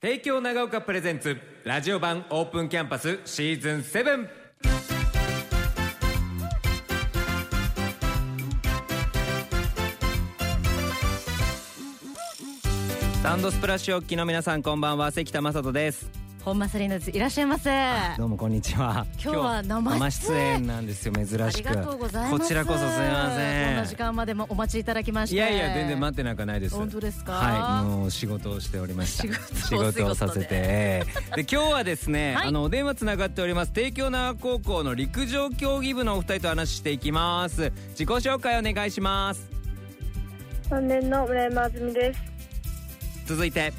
帝京長岡プレゼンツラジオ版オープンキャンパスシーズン7サンドスプラッシュおっきの皆さんこんばんは関田正人です本間セリーナですいらっしゃいませどうもこんにちは。今日は生出演出演なんですよ珍しく。ありがとうございますこちらこそすみまこんせ。なん時間までもお待ちいただきましていやいや全然待ってなんかないです。本当ですかはい、もう仕事をしておりました。仕事を仕事をさせて。で今日はですね、はいあのお電話つながっております帝京長岡高校の陸上競技部のお二人と話していきます。自己紹介お願いします。 3年の村山あずみです続いて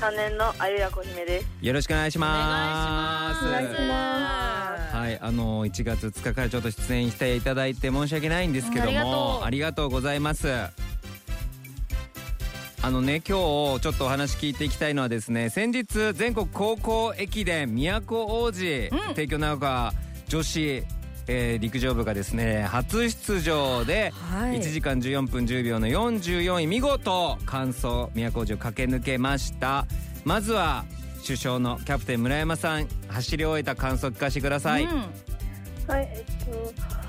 3年のあゆやこ姫ですよろしくお願いしおます。願いしお願いしまますはい、あの1月2日からちょっと出演していただいて申し訳ないんですけどうんありがとも、うありがとうございます。あのね今日ちょっとお話聞いていきたいのはですね先日全国高校駅伝都王子、うん帝京長岡女子、えー陸上部がですね初出場ではい1時間14分10秒の44位見事完走都王子を駆け抜けましたまずは主将のキャプテン村山さん走り終えた感想を聞かせてください、うんはいえっとえっ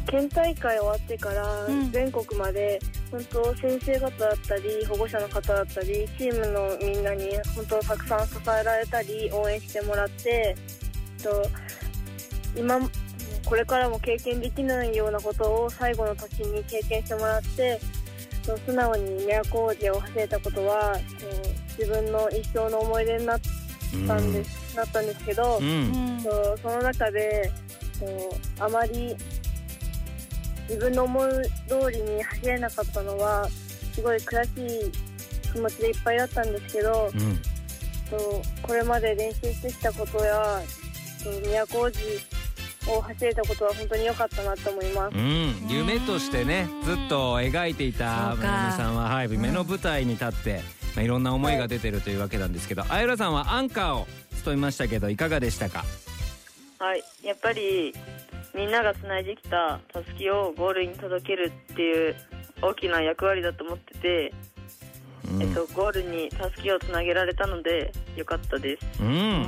と県大会終わってからうん全国まで、本当先生方だったり保護者の方だったりチームのみんなに本当たくさん支えられたり応援してもらってえっと今これからも経験できないようなことを最後の年に経験してもらってえっと素直に都王子を走れたことはえっと自分の一生の思い出になっうんたんです、なったんですけど、うんそうその中でそうあまり自分の思い通りに走れなかったのはすごい悔しい気持ちでいっぱいだったんですけどうんそうこれまで練習してきたことやそう都大路を走れたことは本当に良かったなと思います。うん夢としてねずっと描いていたそうか村山さんは、はい、夢の舞台に立って、まあ、いろんな思いが出てるというわけなんですけど、あゆらさんはアンカーを務めましたけどいかがでしたかはい、やっぱりみんながつないできたたすきをゴールに届けるっていう大きな役割だと思ってて、うん、えっと、ゴールにたすきをつなげられたので良かったです。うんうん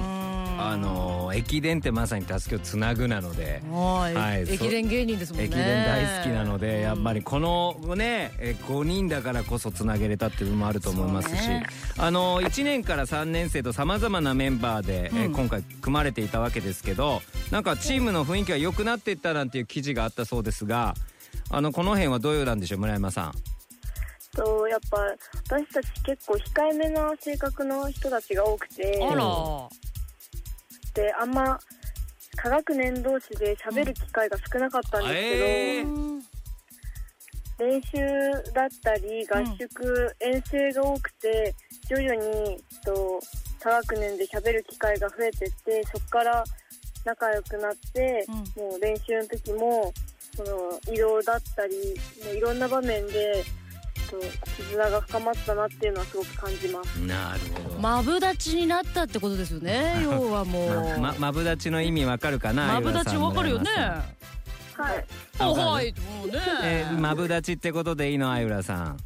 あのー駅伝ってまさにたすきをつなぐなので。はい、はいそう駅伝芸人ですもんね駅伝大好きなので、うんやっぱりこのねえ5人だからこそつなげれたっていうのもあると思いますし、そうねあの1年から3年生とさまざまなメンバーで、えうん今回組まれていたわけですけどなんかチームの雰囲気が良くなっていったなんていう記事があったそうですがあのこの辺はどういうなんでしょう村山さん。とやっぱ私たち結構控えめな性格の人たちが多くてあらであんま科学年同士で喋る機会が少なかったんですけど。えうん練習だったり合宿、遠征が多くて徐々にえっと多学年で喋る機会が増えてってそこから仲良くなって、うんもう練習の時もその移動だったりもういろんな場面でえっと絆が深まったなっていうのはすごく感じます。なるほど。まマブダチになったってことです よね要はもうまマブダチの意味わかるかなマブダチわかるよね相浦さん村山さんはい、あおわかるはいもうねえーマブダチってことでいいのあゆらさん。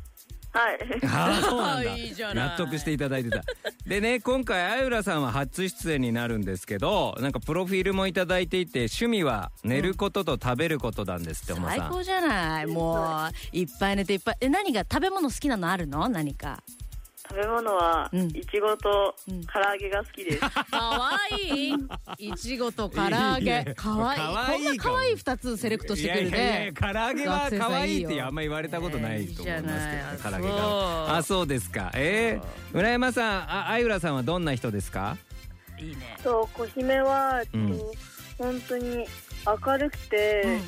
はい、 ああそうなんだ いいじゃない納得していただいてたでね今回あゆらさんは初出演になるんですけどなんかプロフィールもいただいていて趣味は寝ることと食べることなんですっておま最さん高じゃないもういっぱい寝ていっぱいえ何が食べ物好きなのあるの何か食べ物はうんいちごとうん唐揚げが好きです。かわいいいちごと唐揚いやいげやかわいいかわいいこんなかわいい2つセレクトしてくるいやいやねいや唐揚げは学生さん可愛いっいいてよあんまり言われたことないと思いますねえいいじけゃどな唐い揚げがそうあそうですかえー、村山さんああゆらさんはどんな人ですかいいねそう小姫は、えっとうん本当に明るくて、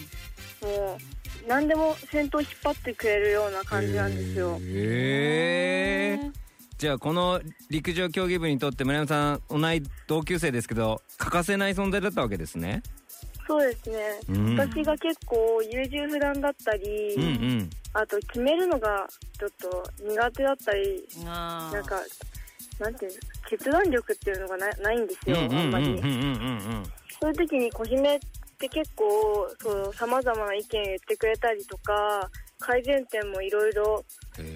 もう何でも先頭引っ張ってくれるような感じなんですよ。えー、じゃあこの陸上競技部にとって村山さん同い同級生ですけど欠かせない存在だったわけですねそうですね、うん私が結構優柔不断だったり、うんうんあと決めるのがちょっと苦手だったりななんかなんていうの決断力っていうのがなないんですうんよ、うんうあんんうんまうんり、うんそういう時に小姫って結構さまざまな意見言ってくれたりとか改善点もいろいろ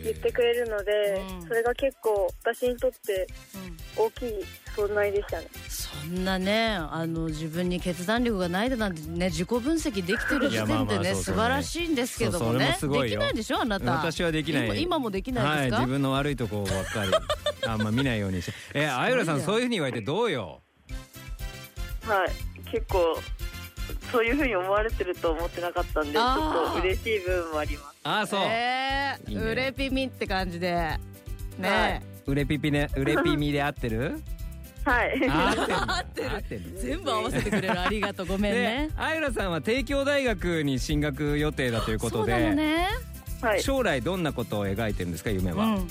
言ってくれるので、うんそれが結構私にとってうん大きい存在でしたねそんなねあの自分に決断力がないだなんてね自己分析できてるい時やまあ点まあでそねうそう素晴らしいんですけどそうもねそれもすごいできよないでしょあなた私はできない今今もできないですか、はい、自分の悪いとこばっかり あんま見ないようにしてえあゆらさんすそうごいうふうに言われてどうよ はい結構そういうふうに思われてると思ってなかったんでちょあーっと嬉しい部分もありますああそう、えいいー、ねうれぴみって感じでね、うれぴぴねうれぴみで合って るはいあ合ってる合合ってるってる全部合わせてくれるありがとうごめんでねあゆらさんは帝京大学に進学予定だということそうなで、のね、はい将来どんなことを描いてるんですか夢は、うん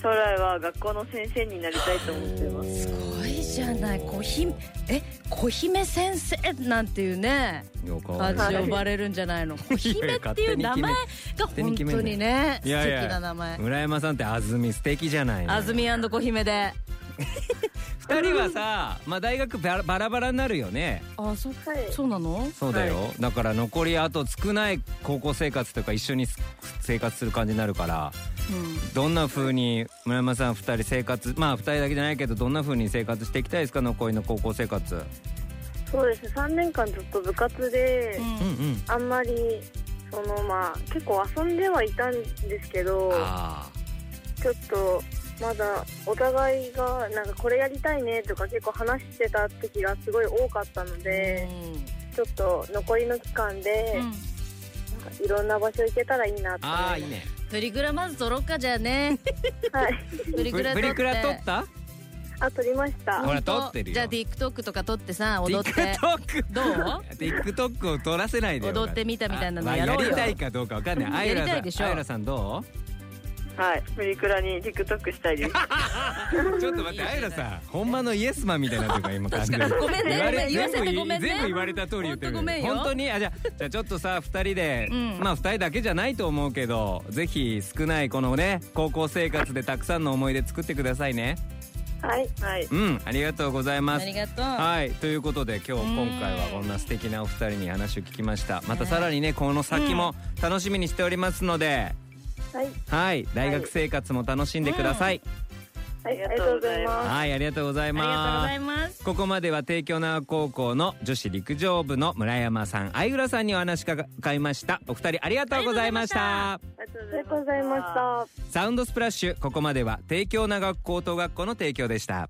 将来は学校の先生になりたいと思ってますすごいじゃない小姫え小姫先生なんていうねよか感はじいで呼ばれるんじゃないの 小いや姫っていう名前が手に本決め当にねいやいや素敵な名前村山さんって安住素敵じゃないの安住小姫で二人はさ、まあ、大学バラバラバラになるよねあそはいそうなのそうだよ、だから残りあと少ない高校生活とか一緒にす生活する感じになるからうんどんな風に村山さん二人生活まあ二人だけじゃないけどどんな風に生活していきたいですか残りの高校生活そうですね3年間ずっと部活で、うんううんんあんまりそのまあ結構遊んではいたんですけどあちょっとまだお互いがなんかこれやりたいねとか結構話してた時がすごい多かったので、ちょっと残りの期間う、でんなんかいろんな場所行けたらいいなって思いますあーいいねプリクラまず撮ろっかじゃ あねはいプリブクラ撮ってリクラ撮ったあ撮りましたほら撮ってるよじゃあ TikTok とか撮ってさ踊って TikTok どう TikTok を撮らせないでよ踊ってみたみたいなのあやろうよまあやりたいかどうかわかんないあゆらやさりたいでしんょあゆらさんどうはいプリクラに TikTok したいですちょっと待って、あゆらさん、ほんまのイエスマンみたいなとか今感じ確かにごめんねわれごめん言わせてごめんね全部言われた通り言ってるけどほんとごめんよ本当にあじゃあじゃあちょっとさ二人で、うんまあ二人だけじゃないと思うけどぜひ少ないこのね高校生活でたくさんの思い出作ってくださいねはいはいうんありがとうございまあすりがとうはいということで今日うん今回はこんな素敵なお二人に話を聞きましたまたさらにねこの先も楽しみにしておりますので、はい、はい大学生活も楽しんでください、はい、ありがとうございますはいありがとうございありがとうごますざいますここまでは帝京長高校の女子陸上部の村山さん相浦さんにお話伺いましたお二人ありがとうございましたありがとうございましたサウンドスプラッシュここまでは帝京長高等学校の提供でした